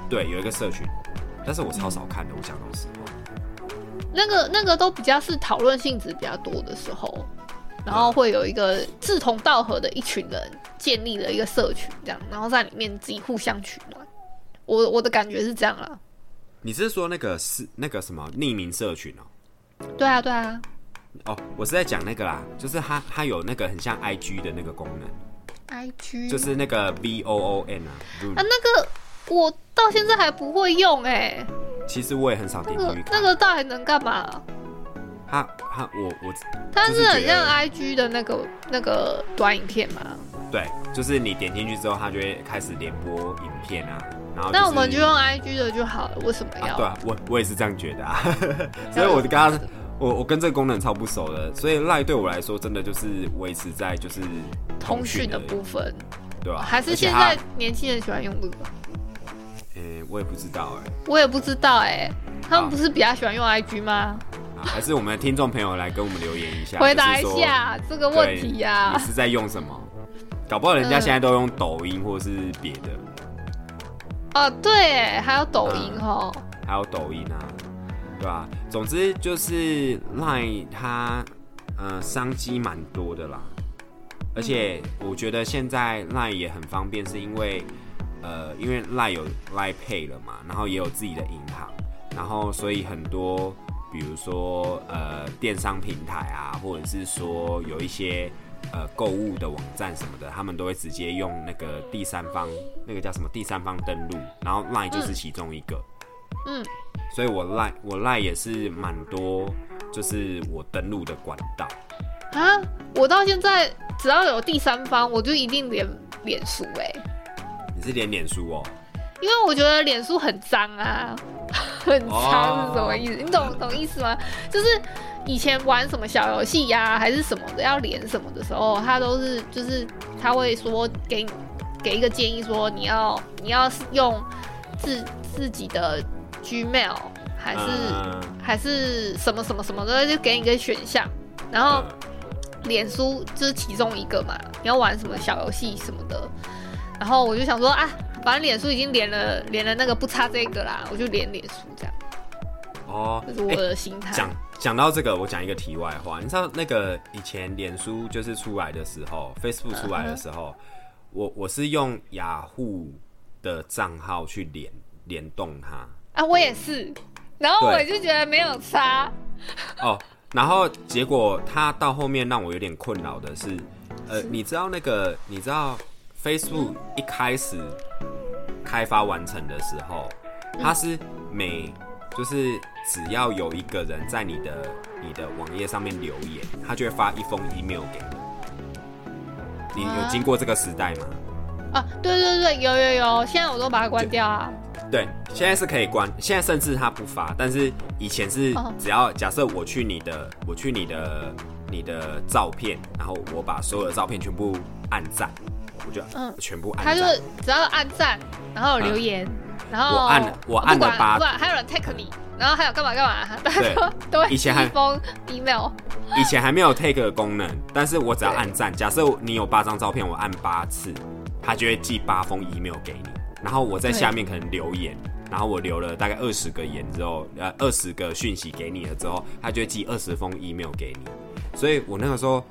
C: 对有一个社群，但是我超少看的，我讲老实话，
A: 嗯那个那个都比较是讨论性质比较多的时候，然后会有一个志同道合的一群人建立了一个社群，这样，然后在里面自己互相取暖。我我的感觉是这样啦。
C: 你是说那个是那个什么匿名社群哦？
A: 对啊对啊，
C: 哦，我是在讲那个啦，就是它它有那个很像 IG 的那个功能，
A: IG
C: 就是那个 V O O N 啊
A: 嗯啊，
C: ，room，
A: 那个我到现在还不会用哎、
C: 其实我也很少点
A: 那
C: 进
A: 个
C: 去看
A: 那，个到底能干嘛、
C: 它它我我
A: 它
C: 就是
A: 是
C: 觉
A: 很像啊
C: 得
A: IG 的那个那个短影片嘛？
C: 对，就是你点进去之后，它就会开始连播影片啊，然后、
A: 那我们
C: 就
A: 就是用 IG 的就好了，为什么
C: 啊，
A: 要？
C: 对啊，我我也是这样觉得 啊，所以我跟他，我我跟这个功能超不熟的，所以赖对我来说真的就是维持在就是
A: 通讯
C: 的
A: 的部分，
C: 对吧、
A: 还是
C: 而且
A: 现
C: 它
A: 在，年轻人喜欢用这个？
C: 诶、我也不知道哎、
A: 我也不知道哎、他
C: 好
A: 们不是比较喜欢用 IG 吗？
C: 啊还是我们的听众朋友来跟我们留言一下，
A: 回
C: 就
A: 答一
C: 是说
A: 下这个问题啊嗯呀、
C: 对你是在用什么？搞不好人家现在都用抖音或是别的，
A: 哦，对欸，还有抖音
C: 嗯
A: 哦。
C: 还有抖音啊，对吧、总之就是 Line 它呃商机蛮多的啦，而且我觉得现在 Line 也很方便，是因为呃因为 Line 有 Line Pay 了嘛，然后也有自己的银行，然后所以很多比如说呃电商平台啊，或者是说有一些。呃，购物的网站什么的，他们都会直接用那个第三方，那个叫什么第三方登录，然后 Line 就是其中一个。
A: 嗯，
C: 所以我赖我赖也是蛮多，就是我登录的管道。
A: 啊，我到现在只要有第三方，我就一定脸脸书哎、
C: 你是连脸书哦？
A: 因为我觉得脸书很脏啊。 很长是什么意思？你懂懂意思吗？就是以前玩什么小游戏呀，还是什么的，要连什么的时候，他都是就是他会说给你给一个建议，说你要你要是用自自己的 Gmail 还是、
C: 嗯
A: 还是什么什么什么的，就给你一个选项，然后
C: 嗯
A: 脸书就是其中一个嘛，你要玩什么小游戏什么的，然后我就想说啊，反正脸书已经连了连了那个不差这个啦，我就连脸书这样，
C: 哦
A: 这是，我
C: 哎、
A: 的心态。
C: 讲讲到这个，我讲一个题外话。你知道那个以前脸书就是出来的时候，Facebook
A: 嗯
C: 出来的时候，我我是用雅虎的账号去联联动它
A: 啊，我也是，然后我
C: 对
A: 就觉得没有差，
C: 哦，然后结果它到后面让我有点困扰的是，呃，你知道那个你知道 Facebook 一开始开发完成的时候，它是每就是只要有一个人在你的你的网页上面留言，它就会发一封 email 给你。你有经过这个时代吗？
A: 啊，对对对，有有有，现在我都把它关掉啊。
C: 对，现在是可以关，现在甚至它不发，但是以前是
A: 哦
C: 只要假设我去你的，我去你的你的照片，然后我把所有的照片全部按赞，我就
A: 嗯
C: 全部
A: 他
C: 按
A: 就
C: 赞。嗯
A: 只要按赞，然后有留言，然后
C: 我按了我按了
A: 不管
C: 八
A: 不管，还有人 tag 你，然后还有干嘛干嘛，大家都都会
C: 以前
A: 寄
C: 还
A: 一封 email，
C: 以前还没有 take 的功能，但是我只要按赞，假设你有八张照片，我按八次，它就会寄八封 email 给你，然后我在
A: 对
C: 下面可能留言。然后我留了大概二十个言之后，呃，二十个讯息给你了之后，它就会寄二十封 email 给你。所以我那个时候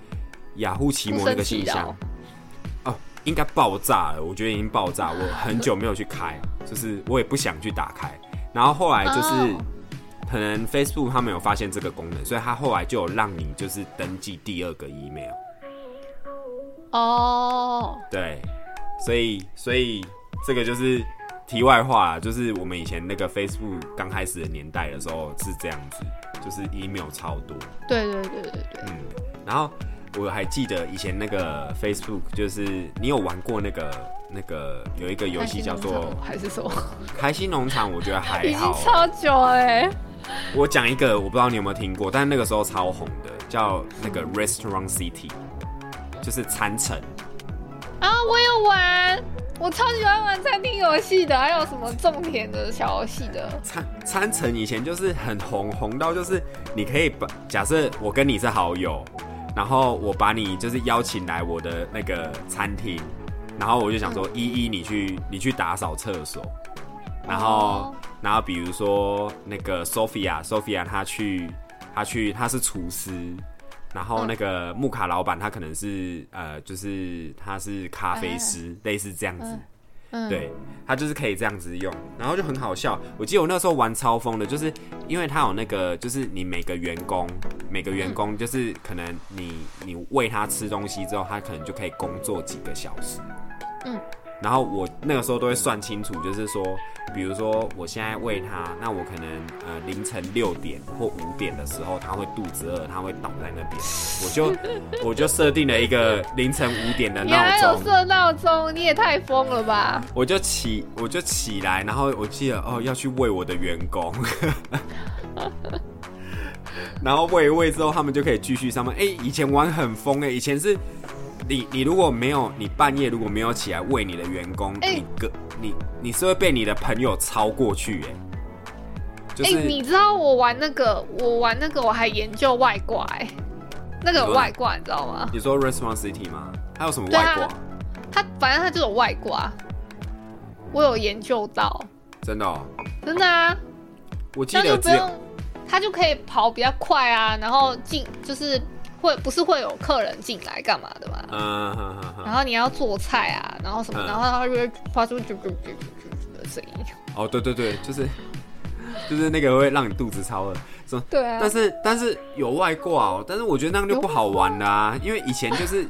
C: 雅虎奇摩那个信箱
A: 不生，
C: 哦，应该爆炸了，我觉得已经爆炸。我很久没有去开， 就是我也不想去打开。然后后来就是、
A: 哦
C: 可能 Facebook 他们有发现这个功能，所以他后来就有让你就是登记第二个 email。
A: 哦，
C: 对，所以所以这个就是题外话啦，就是我们以前那个 Facebook 刚开始的年代的时候是这样子，就是 email 超多。
A: 对对对对对，
C: 嗯，然后我还记得以前那个 Facebook，就是你有玩过那个那个有一个游戏叫做
A: 还是什么，
C: 《开心农场》，我觉得还
A: 已经
C: 好。哦
A: 超久哎、
C: 我讲一个，我不知道你有没有听过，但那个时候超红的，叫那个 Restaurant City，就是餐城。
A: 啊，我有玩，我超喜欢玩餐厅游戏的，还有什么种田的小游戏的，
C: 餐餐城以前就是很红，红到就是你可以把假设我跟你是好友，然后我把你就是邀请来我的那个餐厅，然后我就想说
A: 嗯
C: 依依你去你去打扫厕所，然后、
A: 哦
C: 然后比如说那个 Sophia Sophia 她去她去她是厨师。然
A: 嗯
C: 后那个木卡老板他可能是呃，就是他是咖啡师，类似这样子。
A: 嗯，
C: 对，它就是可以这样子用，然后就很好笑。我记得我那时候玩超疯的，就是因为它有那个，就是你每个员工，每个
A: 嗯
C: 员工就是可能你你喂他吃东西之后，他可能就可以工作几个小时。
A: 嗯。
C: 然后我那个时候都会算清楚，就是说，比如说我现在喂他，那我可能呃凌晨六点或五点的时候，他会肚子饿，他会倒在那边，我就我就设定了一个凌晨五点的
A: 你
C: 闹
A: 还有
C: 钟。
A: 设闹钟，你也太疯了吧！
C: 我就起，我就起来，然后我记得哦，要去喂我的员工， 然后喂一喂之后，他们就可以继续上班。哎、以前玩很疯哎、以前是你你如果没有你半夜如果没有起来喂你的员工，
A: 哎
C: 你个你你是会被你的朋友超过去哎、就
A: 哎、
C: 是、
A: 你知道我玩那个，我玩那个我还研究外挂、哎，那个有外挂你知道吗？
C: 你说 responsibility 吗？还有什么
A: 对
C: 外
A: 啊
C: 挂？
A: 它反正它就有外挂，我有研究到，
C: 真的、哦，
A: 真的啊，
C: 我记
A: 那就
C: 得
A: 不
C: 只有
A: 用，它就可以跑比较快啊，然后进就是会不是会有客人进来干嘛的嘛，
C: 嗯哼哼哼
A: 然后你要做菜啊，然后什么，
C: 嗯
A: 然后它就会发出啾啾啾啾啾的声音，
C: 哦，对对对，就是就是那个会让你肚子超饿，说
A: 对啊
C: 但是但是有外挂哦，但是我觉得那样就不好玩啦、因为以前就是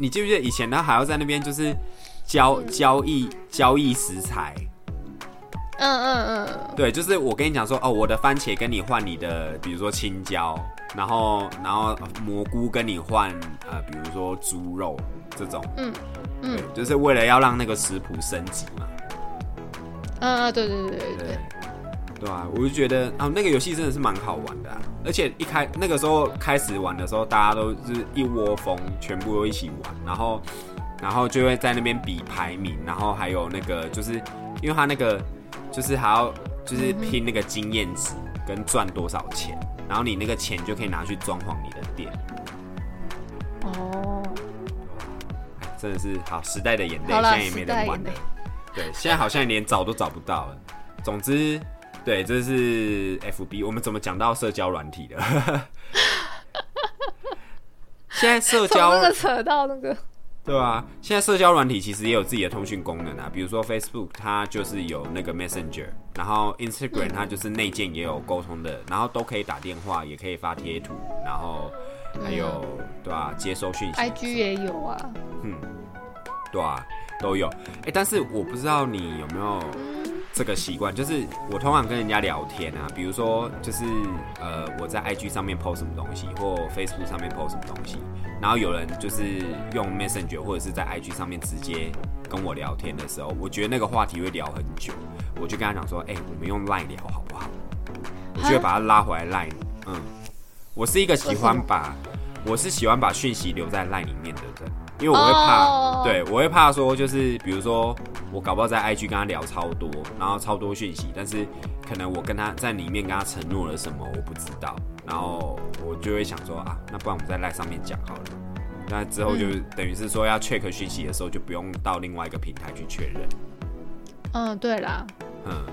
C: 你记不记得以前他还要在那边就是交交易交易食材，
A: 嗯嗯嗯，
C: 对，就是我跟你讲说哦，我的番茄跟你换你的，比如说青椒，然后然后蘑菇跟你换呃，比如说猪肉这种，
A: 嗯嗯
C: 对，就是为了要让那个食谱升级嘛，
A: 嗯嗯，对对对对对
C: 对。对啊，我就觉得啊，那个游戏真的是蛮好玩的、啊，而且一开那个时候开始玩的时候，大家都是一窝蜂，全部都一起玩，然后然后就会在那边比排名，然后还有那个就是因为他那个就是还要就是拼那个经验值跟赚多少钱，然后你那个钱就可以拿去装潢你的店，
A: 哦，
C: 哎真的是好时代的眼泪，现
A: 好啦
C: 在也没人玩
A: 时代眼
C: 了
A: 泪。
C: 对，现在好像连找都找不到了。总之，对，这是 FB。我们怎么讲到社交软体的？ 现在社
A: 从
C: 交
A: 那个扯到那 个，
C: 对啊，现在社交软体其实也有自己的通讯功能啊，比如说 Facebook 它就是有那个 Messenger，然后
A: 嗯
C: Instagram 它就是内建也有沟通的，然后都可以打电话，也可以发贴图，然后还有、
A: 嗯
C: 对啊，接收讯息
A: IG 也有啊，
C: 对啊，都有。哎、但是我不知道你有没有这个习惯，就是我通常跟人家聊天啊，比如说就是呃，我在 IG 上面 PO 什么东西，或 Facebook 上面 PO 什么东西，然后有人就是用 Messenger 或者是在 IG 上面直接跟我聊天的时候，我觉得那个话题会聊很久，我就跟他讲说，哎、我们用 Line 聊好不好？我就会把他拉回来 Line，嗯，我是一个喜欢把，我是喜欢把讯息留在 Line 里面的人，因为我会怕
A: 哦
C: 对我会怕说，就是比如说我搞不好在 IG 跟他聊超多，然后超多讯息，但是可能我跟他在里面跟他承诺了什么，我不知道，然后我就会想说啊，那不然我们在 Line 上面讲好了。那之后就等于是说要 check 讯息的时候，就不用到另外一个平台去确认。
A: 嗯，对啦，
C: 嗯，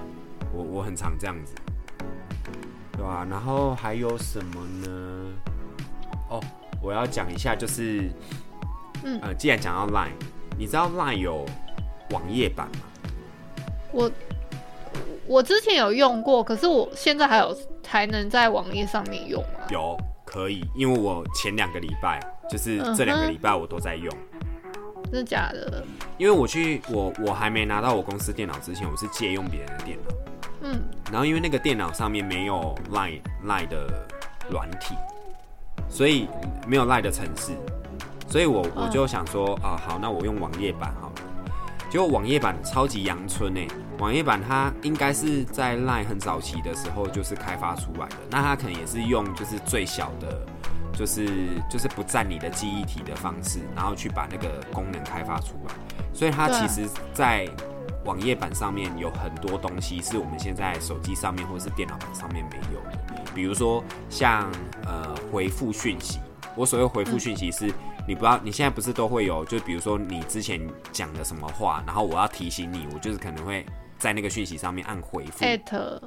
C: 我我很常这样子，对吧、然后还有什么呢？哦，我要讲一下，就是，
A: 嗯
C: 呃，既然讲到 Line，你知道 Line 有网页版吗？
A: 我我之前有用过，可是我现在还有还能在网页上面用啊。
C: 有，可以，因为我前两个礼拜，就是
A: 嗯哼
C: 这两个礼拜我都在用，
A: 真的假的？
C: 因为我去我我还没拿到我公司电脑之前，我是借用别人的电脑，
A: 嗯，
C: 然后因为那个电脑上面没有 Line Line 的软体，所以没有 Line 的程式，所以我我就想说啊，好，那我用网页版好了。结果网页版超级阳春哎、网页版它应该是在 Line 很早期的时候就是开发出来的，那它可能也是用就是最小的，就是就是不占你的记忆体的方式，然后去把那个功能开发出来，所以它其
A: 对
C: 实在网页版上面有很多东西是我们现在手机上面或是电脑版上面没有的，比如说像呃回复讯息，我所谓回复讯息是，你不要，你现在不是都会有，就比如说你之前讲的什么话，然后我要提醒你，我就是可能会在那个讯息上面按回复，
A: 艾特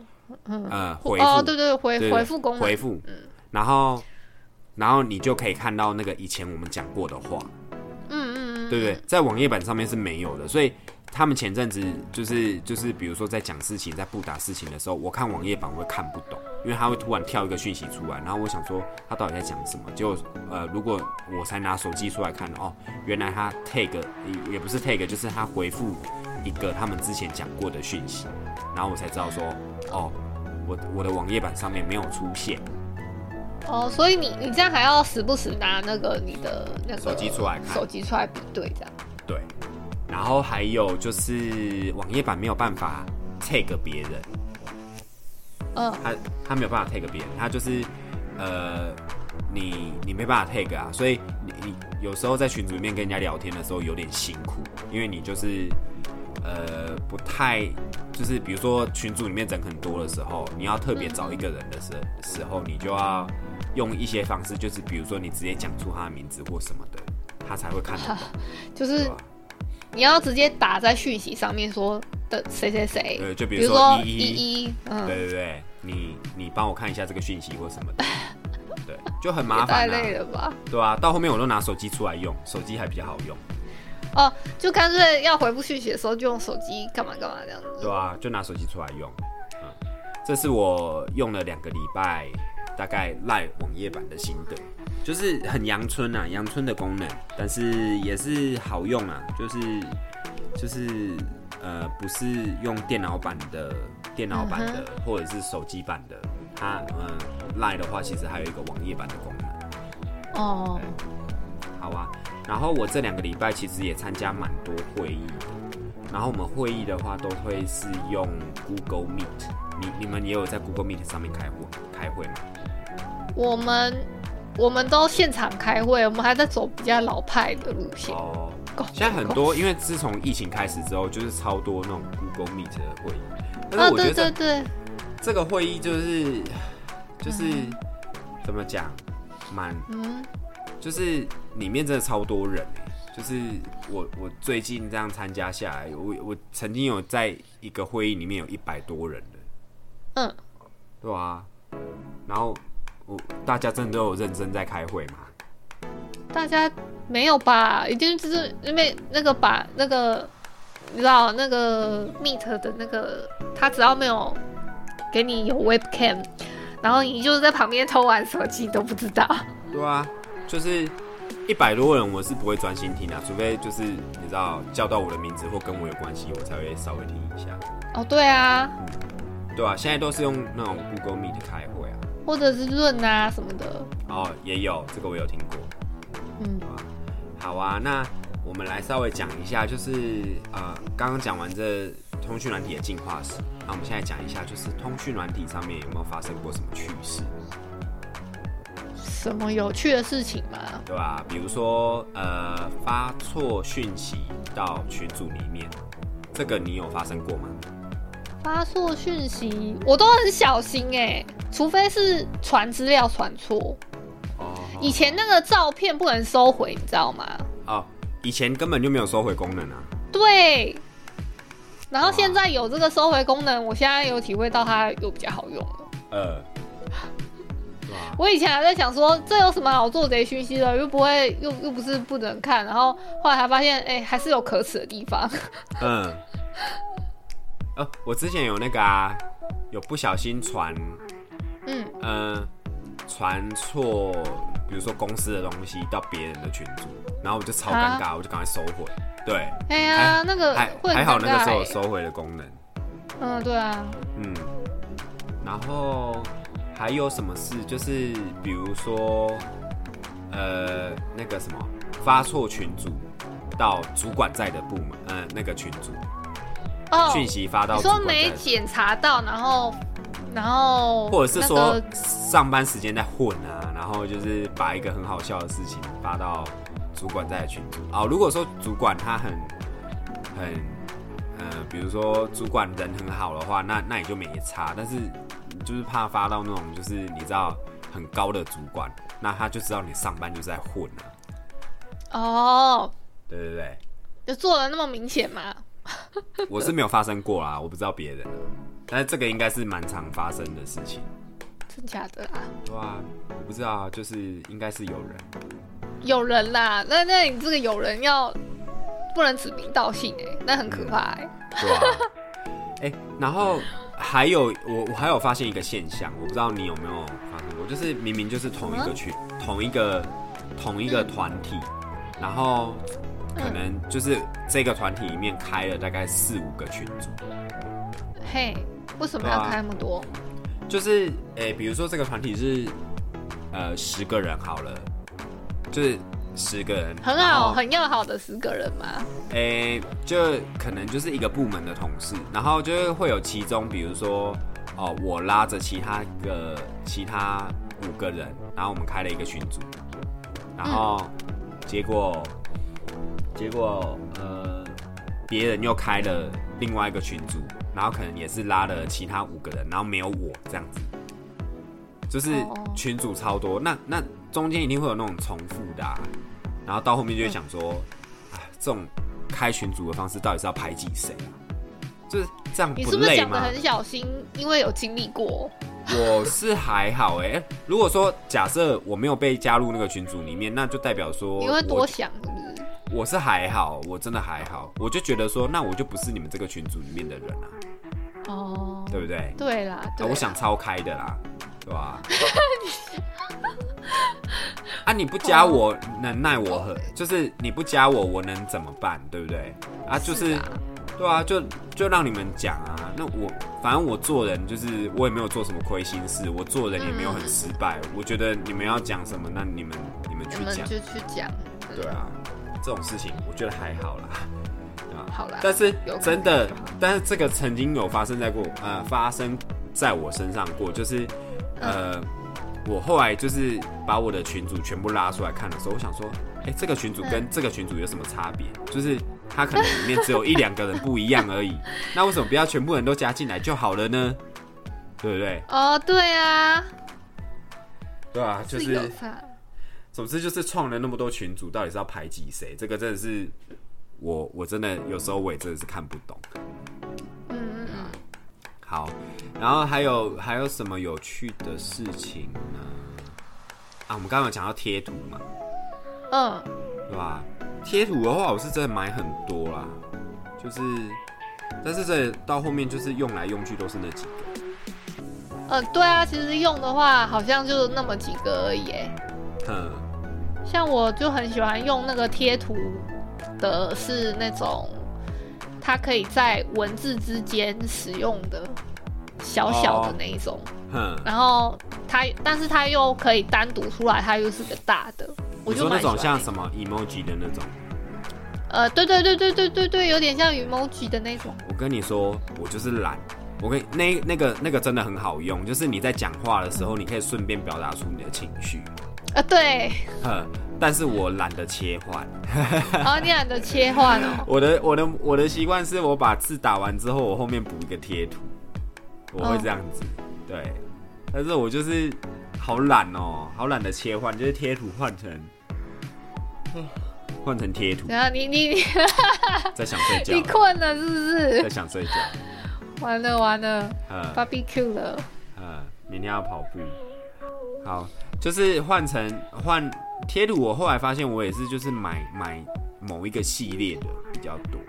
C: 呃，回复，
A: 哎哦，对对，回
C: 对
A: 回复功
C: 回
A: 能，嗯
C: 复，然后然后你就可以看到那个以前我们讲过的话，
A: 嗯嗯嗯，
C: 对不对？在网页版上面是没有的，所以他们前阵子就是就是，比如说在讲事情，在不打事情的时候，我看网页版我会看不懂，因为他会突然跳一个讯息出来，然后我想说他到底在讲什么？结果呃，如果我才拿手机出来看，哦，原来他 tag 也也不是 tag，就是他回复一个他们之前讲过的讯息，然后我才知道说，哦，我我的网页版上面没有出现，
A: 哦，所以你你这样还要时不时拿那个你的那个
C: 手机出来看
A: 手机出来比对这样。
C: 对，然后还有就是网页版没有办法 tag 别人。
A: 嗯，
C: 他他没有办法 tag 别人，他就是呃，你你没办法 tag 啊，所以你你有时候在群组里面跟人家聊天的时候有点辛苦，因为你就是呃不太就是比如说群组里面人很多的时候，你要特别找一个人的时时候，你就要用一些方式，就是比如说你直接讲出他的名字或什么的，他才会看得懂，
A: 就是
C: 对吧？啊
A: 你要直接打在讯息上面说的谁谁谁
C: 对，就比
A: 比
C: 如
A: 如
C: 说
A: 说
C: 一
A: 一一，
C: 对
A: 嗯，
C: 对对，你你帮我看一下这个讯息或什么的，对，就很
A: 也
C: 麻烦
A: 太
C: 啊。
A: 累了吧？
C: 对啊，到后面我都拿手机出来用，手机还比较好用。
A: 哦，就干脆要回复讯息的时候就用手机干嘛干嘛这样子。
C: 对啊，就拿手机出来用。嗯，这是我用了两个礼拜，大概赖网页版的心得，就是很阳春啊，阳春的功能，但是也是好用啊，就是就是呃，不是用电脑版的，电脑版的、或者是手机版的，它呃赖的话，其实还有一个网页版的功能。
A: 哦，
C: 好啊。然后我这两个礼拜其实也参加蛮多会议的，然后我们会议的话都会是用 Google Meet，你你们也有在 Google Meet 上面开会开会吗？
A: 我们我们都现场开会，我们还在走比较老派的路线。
C: 哦，
A: Go,
C: 现在很多，因为自从疫情开始之后，就是超多那种 Google Meet 的会议，但
A: 啊，
C: 是我觉
A: 对
C: 得这、
A: 对对，
C: 这个会议就是就是、怎么讲，蛮
A: 嗯，
C: 就是里面真的超多人欸、就是我我最近这样参加下来，我我曾经有在一个会议里面有一百多人的，
A: 嗯，
C: 对啊，然后我大家真的都有认真在开会嘛，
A: 大家没有吧？一定就是因为那个把那个，你知道那个 Meet 的那个，他只要没有给你有 Webcam，然后你就是在旁边偷玩手机都不知道。
C: 对啊，就是一百多人我是不会专心听啊，除非就是你知道叫到我的名字或跟我有关系，我才会稍微听一下，
A: 哦，对啊，
C: 对啊，现在都是用那种 Google Meet 开会啊，
A: 或者是润啊什么的，
C: 哦，也有这个我有听过。
A: 嗯，
C: 好啊，那我们来稍微讲一下，就是呃，刚刚讲完这通讯软体的进化史，那我们现在讲一下，就是通讯软体上面有没有发生过什么趣事，
A: 什么有趣的事情吗？
C: 对吧？比如说呃，发错讯息到群组里面，这个你有发生过吗？
A: 发错讯息我都很小心哎、除非是传资料传错。
C: 哦
A: 以前那个照片不能收回，你知道吗？
C: 哦，以前根本就没有收回功能啊。
A: 对。然后
C: 哇
A: 现在有这个收回功能，我现在有体会到它有比较好用了。
C: 呃，对吧？
A: 我以前还在想说，这有什么好做贼讯息的，又不会，又又不是不能看。然后后来还发现，哎、还是有可耻的地方。
C: 嗯，呃，我之前有那个啊，有不小心传
A: 嗯，
C: 呃，传错，比如说公司的东西到别人的群组，然后我就超尴尬，我就赶快收回。对，还
A: 哎呀，啊那个
C: 还
A: 会很
C: 还好
A: 尴
C: 那个时候
A: 尬
C: 有
A: 欸
C: 收回的功能，
A: 嗯，对啊，
C: 嗯，然后还有什么事？就是比如说，呃，那个什么发错群组到主管在的部门，呃，那个群组
A: 哦，
C: 讯息发到
A: 你
C: 主管
A: 说
C: 在的
A: 没检查到，然后，然后，
C: 或者是
A: 那
C: 说
A: 个
C: 上班时间在混啊，然后就是把一个很好笑的事情发到主管在的群组哦。如果说主管他很很呃，比如说主管人很好的话，那那也就没差。但是你就是怕发到那种就是你知道很高的主管，那他就知道你上班就是在混啊，
A: 哦，
C: 对对对。
A: 就做的那么明显嘛？
C: 我是没有发生过啦，我不知道别人啊， 但是这个应该是蛮常发生的事情。
A: 真假的啦？
C: 对啊，我不知道啊，就是应该是有人。
A: 有人啦，那那你这个有人要不能指名道姓哎、那很可怕哎、
C: 对啊，哎、然后还有我我还有发现一个现象，我不知道你有没有发生过，就是明明就是同一个群、同一个同一个团体，然后可能就是这个团体里面开了大概四五个群组，
A: 嗯嘿，为什么要开那么多？
C: 就是哎、比如说这个团体是呃十个人好了，就是十个人，
A: 很
C: 然
A: 好，
C: 后
A: 很要好的十个人嘛。
C: 诶、就可能就是一个部门的同事，然后就会有其中，比如说，哦，我拉着其他个其他五个人，然后我们开了一个群组，然后
A: 嗯
C: 结果、结果呃，别人又开了另外一个群组，然后可能也是拉了其他五个人，然后没有我这样子，就是
A: 哦
C: 群组超多，那那中间一定会有那种重复的、啊，然后到后面
A: 嗯
C: 就会想说。哎这种开群组的方式到底是要排挤谁啊？就是这样
A: 你
C: 不
A: 是不是
C: 累
A: 讲的
C: 吗？
A: 很小心？因为有经历过。
C: 我是还好哎、如果说假设我没有被加入那个群组里面，那就代表说
A: 你会多
C: 我
A: 想是不是？
C: 我是还好，我真的还好，我就觉得说那我就不是你们这个群组里面的人啊，
A: 哦，
C: 对不对？
A: 对啦，对
C: 啊
A: 啦
C: 我想超开的啦，对 吧、啊？你不加我，能奈我何？就是你不加我，我能怎么办？对不对？啊，就是是
A: 啊，
C: 对啊，就就让你们讲啊。那我反正我做人就是我也没有做什么亏心事，我做人也没有很失败。我觉得你们要讲什么，那你们你们
A: 你
C: 去
A: 们
C: 讲
A: 就。去讲。
C: 啊对啊，这种事情我觉得还好啦，对啊。
A: 好啦
C: 但是
A: 有可能
C: 真的
A: 就好，
C: 但是这个曾经有发生在过，呃，发生在我身上过，就是，呃，我后来就是把我的群主全部拉出来看的时候，我想说，哎、这个群主
A: 嗯
C: 跟这个群主有什么差别？就是他可能里面只有一两个人不一样而 已，那为什么不要全部人都加进来就好了呢？对不对？
A: 哦，对啊，
C: 对啊，就是
A: 有差。
C: 总之就是创了那么多群主，到底是要排挤谁？这个真的是我，我真的有时候我也真的是看不懂。
A: 嗯嗯嗯，
C: 好，然后还有还有什么有趣的事情呢？啊，我们刚刚有讲到贴图嘛，
A: 嗯，
C: 对吧？贴图的话，我是真的买很多啦，就是，但是这到后面就是用来用去都是那几个。
A: 呃，对啊，其实用的话好像就那么几个而已，哎，
C: 哼，
A: 像我就很喜欢用那个贴图的，是那种它可以在文字之间使用的小小的那一种，
C: 哼，
A: 然后它但是它又可以单独出来，它又是个大的，我
C: 你
A: 就
C: 说
A: 蛮
C: 那
A: 喜欢
C: 种像
A: 那
C: 什么 emoji 的那种，
A: 呃，对对对对对对对，有点像 emoji 的那种，
C: 我跟你说，我就是懒。我跟那那个那个真的很好用，就是你在讲话的时候，你可以顺便表达出你的情绪，
A: 啊，对，
C: 哼，但是我懒得切换。
A: 然后哦你懒得切 换哦，
C: 我的我的我的习惯是我把字打完之后，我后面补一个贴图，我会
A: 哦
C: 这样子。对，但是我就是好懒哦、好懒得切换，就是贴图换成
A: 嗯
C: 换成贴 图，
A: 然后啊你你你
C: 在想睡
A: 你
C: 觉，
A: 困了是不
C: 在
A: 是？
C: 想睡觉。
A: 完了完了
C: 呃
A: ，barbecue 了，
C: 呃，明天要跑步。好，就是换成换贴图，我后来发现我也是就是买买某一个系列的比较多。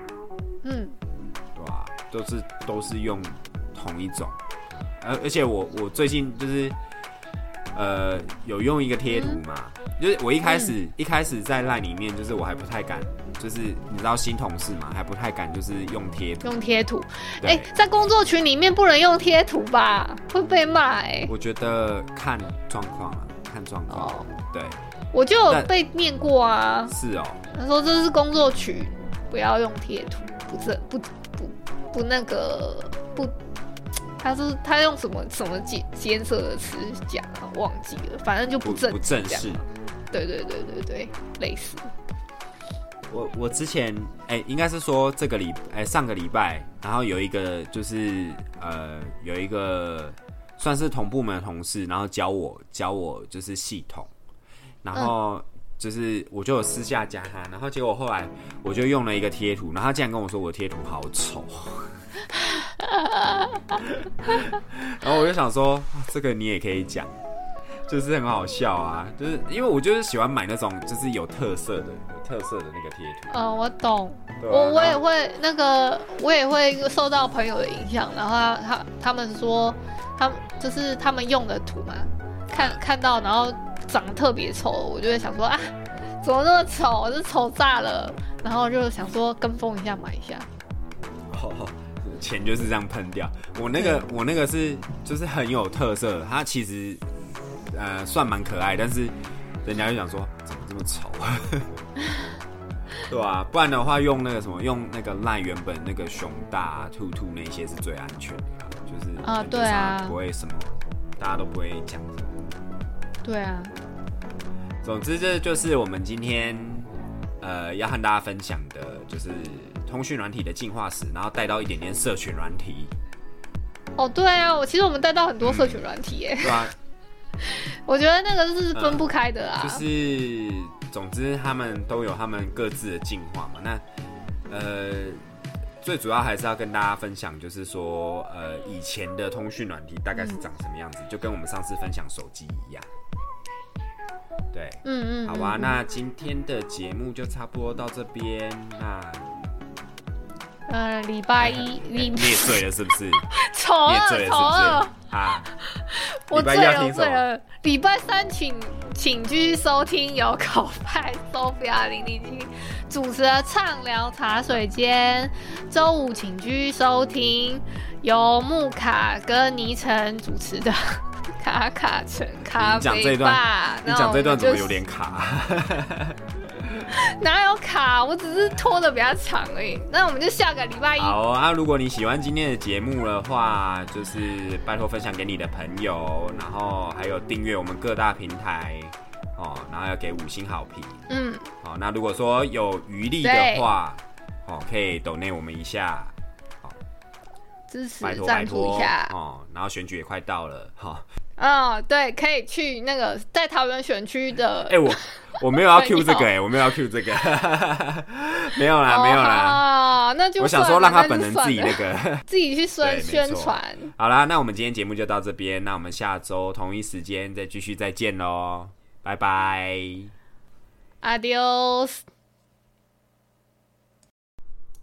A: 嗯，
C: 对啊，都是都是用同一种，而而且我我最近就是呃有用一个贴图嘛，就是我一开始、
A: 嗯
C: 一开始在 line 里面，就是我还不太敢，就是你知道新同事嘛，还不太敢就是用贴图，
A: 用贴图，
C: 对，
A: 哎、在工作群里面不能用贴图吧，会被骂哎、
C: 我觉得看状况啊，看状况，
A: 哦
C: 对，
A: 我就有
C: 但
A: 被念过啊，
C: 是哦，
A: 他说这是工作群，不要用贴图，不是不不不那个不，他是他用什么什么艰艰涩的词讲啊，忘记了，反正就
C: 不
A: 不正
C: 不正
A: 这样
C: 式。
A: 对对对对对，类似，
C: 我我之前哎、应该是说这个礼哎、上个礼拜，然后有一个就是呃有一个算是同部门的同事，然后教我教我就是系统，然后就是我就有私下加他，然后结果后来我就用了一个贴图，然后他竟然跟我说我的贴图好 丑，然后我就想说、啊这个你也可以讲。就是很好笑啊，就是因为我就是喜欢买那种就是有特色的、有特色的那个贴图。
A: 嗯，我懂，
C: 对啊
A: 我我也
C: 然后
A: 会那个，我也会受到朋友的影响，然后他他他们说，他们就是他们用的图嘛，看看到然后长得特别丑，我就会想说啊，怎么那么丑，这丑炸了，然后就想说跟风一下买一下，
C: 哦，钱就是这样喷掉。我那个我那个是就是很有特色，它其实呃算蛮可爱，但是人家就想说怎么这么丑， 对啊？不然的话用那个什么用那个赖原本那个熊大、兔兔那些是最安全的啦，就是感
A: 啊
C: 觉
A: 对啊
C: 上不会什么，大家都不会讲什么。
A: 对啊，
C: 总之，这就是我们今天呃要和大家分享的，就是通讯软体的进化史，然后带到一点点社群软体，
A: 哦对啊，我其实我们带到很多社群软体耶，
C: 对吧、
A: 我觉得那个是分不开的 啊，
C: 嗯就是总之，他们都有他们各自的进化嘛。那呃，最主要还是要跟大家分享，就是说呃以前的通讯软体大概是长什么样子，就跟我们上次分享手机一样。对，
A: 嗯嗯，
C: 好
A: 嗯
C: 吧，那今天的节目就差不多到这边，那。
A: 呃礼
C: 哎
A: 拜一
C: 你
A: 礼
C: 也醉了是不是？你也
A: 丑啊
C: 醉了是
A: 丑啊。
C: 不是？ 啊，
A: 我
C: 礼拜
A: 醉
C: 一要
A: 了，我
C: 听
A: 醉
C: 什么？
A: 了。礼拜三请请继续收听由口派 Sophia 零零七主持的畅聊茶水间。周五请继续收听由木卡跟倪晨主持的卡卡城咖
C: 你讲这
A: 啡
C: 一段
A: 吧。
C: 你
A: 那
C: 讲
A: 我
C: 这段
A: 们
C: 怎么
A: 就
C: 有点卡？
A: 哪有卡？我只是拖的比较长而已。那我们就下个礼拜一
C: 好哦啊！如果你喜欢今天的节目的话，就是拜托分享给你的朋友，然后还有订阅我们各大平台哦，然后要给五星好评
A: 嗯，
C: 哦。那如果说有余力的话，哦，可以抖内我们一下，
A: 支持
C: 拜托拜
A: 赞助
C: 托
A: 一下。
C: 哦。然后选举也快到了哈，哦
A: 嗯，对，可以去那个在桃园选区的
C: 哎、我 我 没有要
A: 朋友
C: Q 这个哎、我没有要 Q 这个， 没有啦啊没有啦，
A: 哦，那就
C: 我想
A: 算
C: 说
A: 了
C: 让他
A: 那就
C: 本人
A: 算
C: 自己
A: 了
C: 那个。
A: 自己
C: 对
A: 去宣
C: 没
A: 宣
C: 错
A: 传。
C: 好啦，那我们今天节目就到这边，那我们下周同一时间再继续再见喽，拜拜。
A: Adios。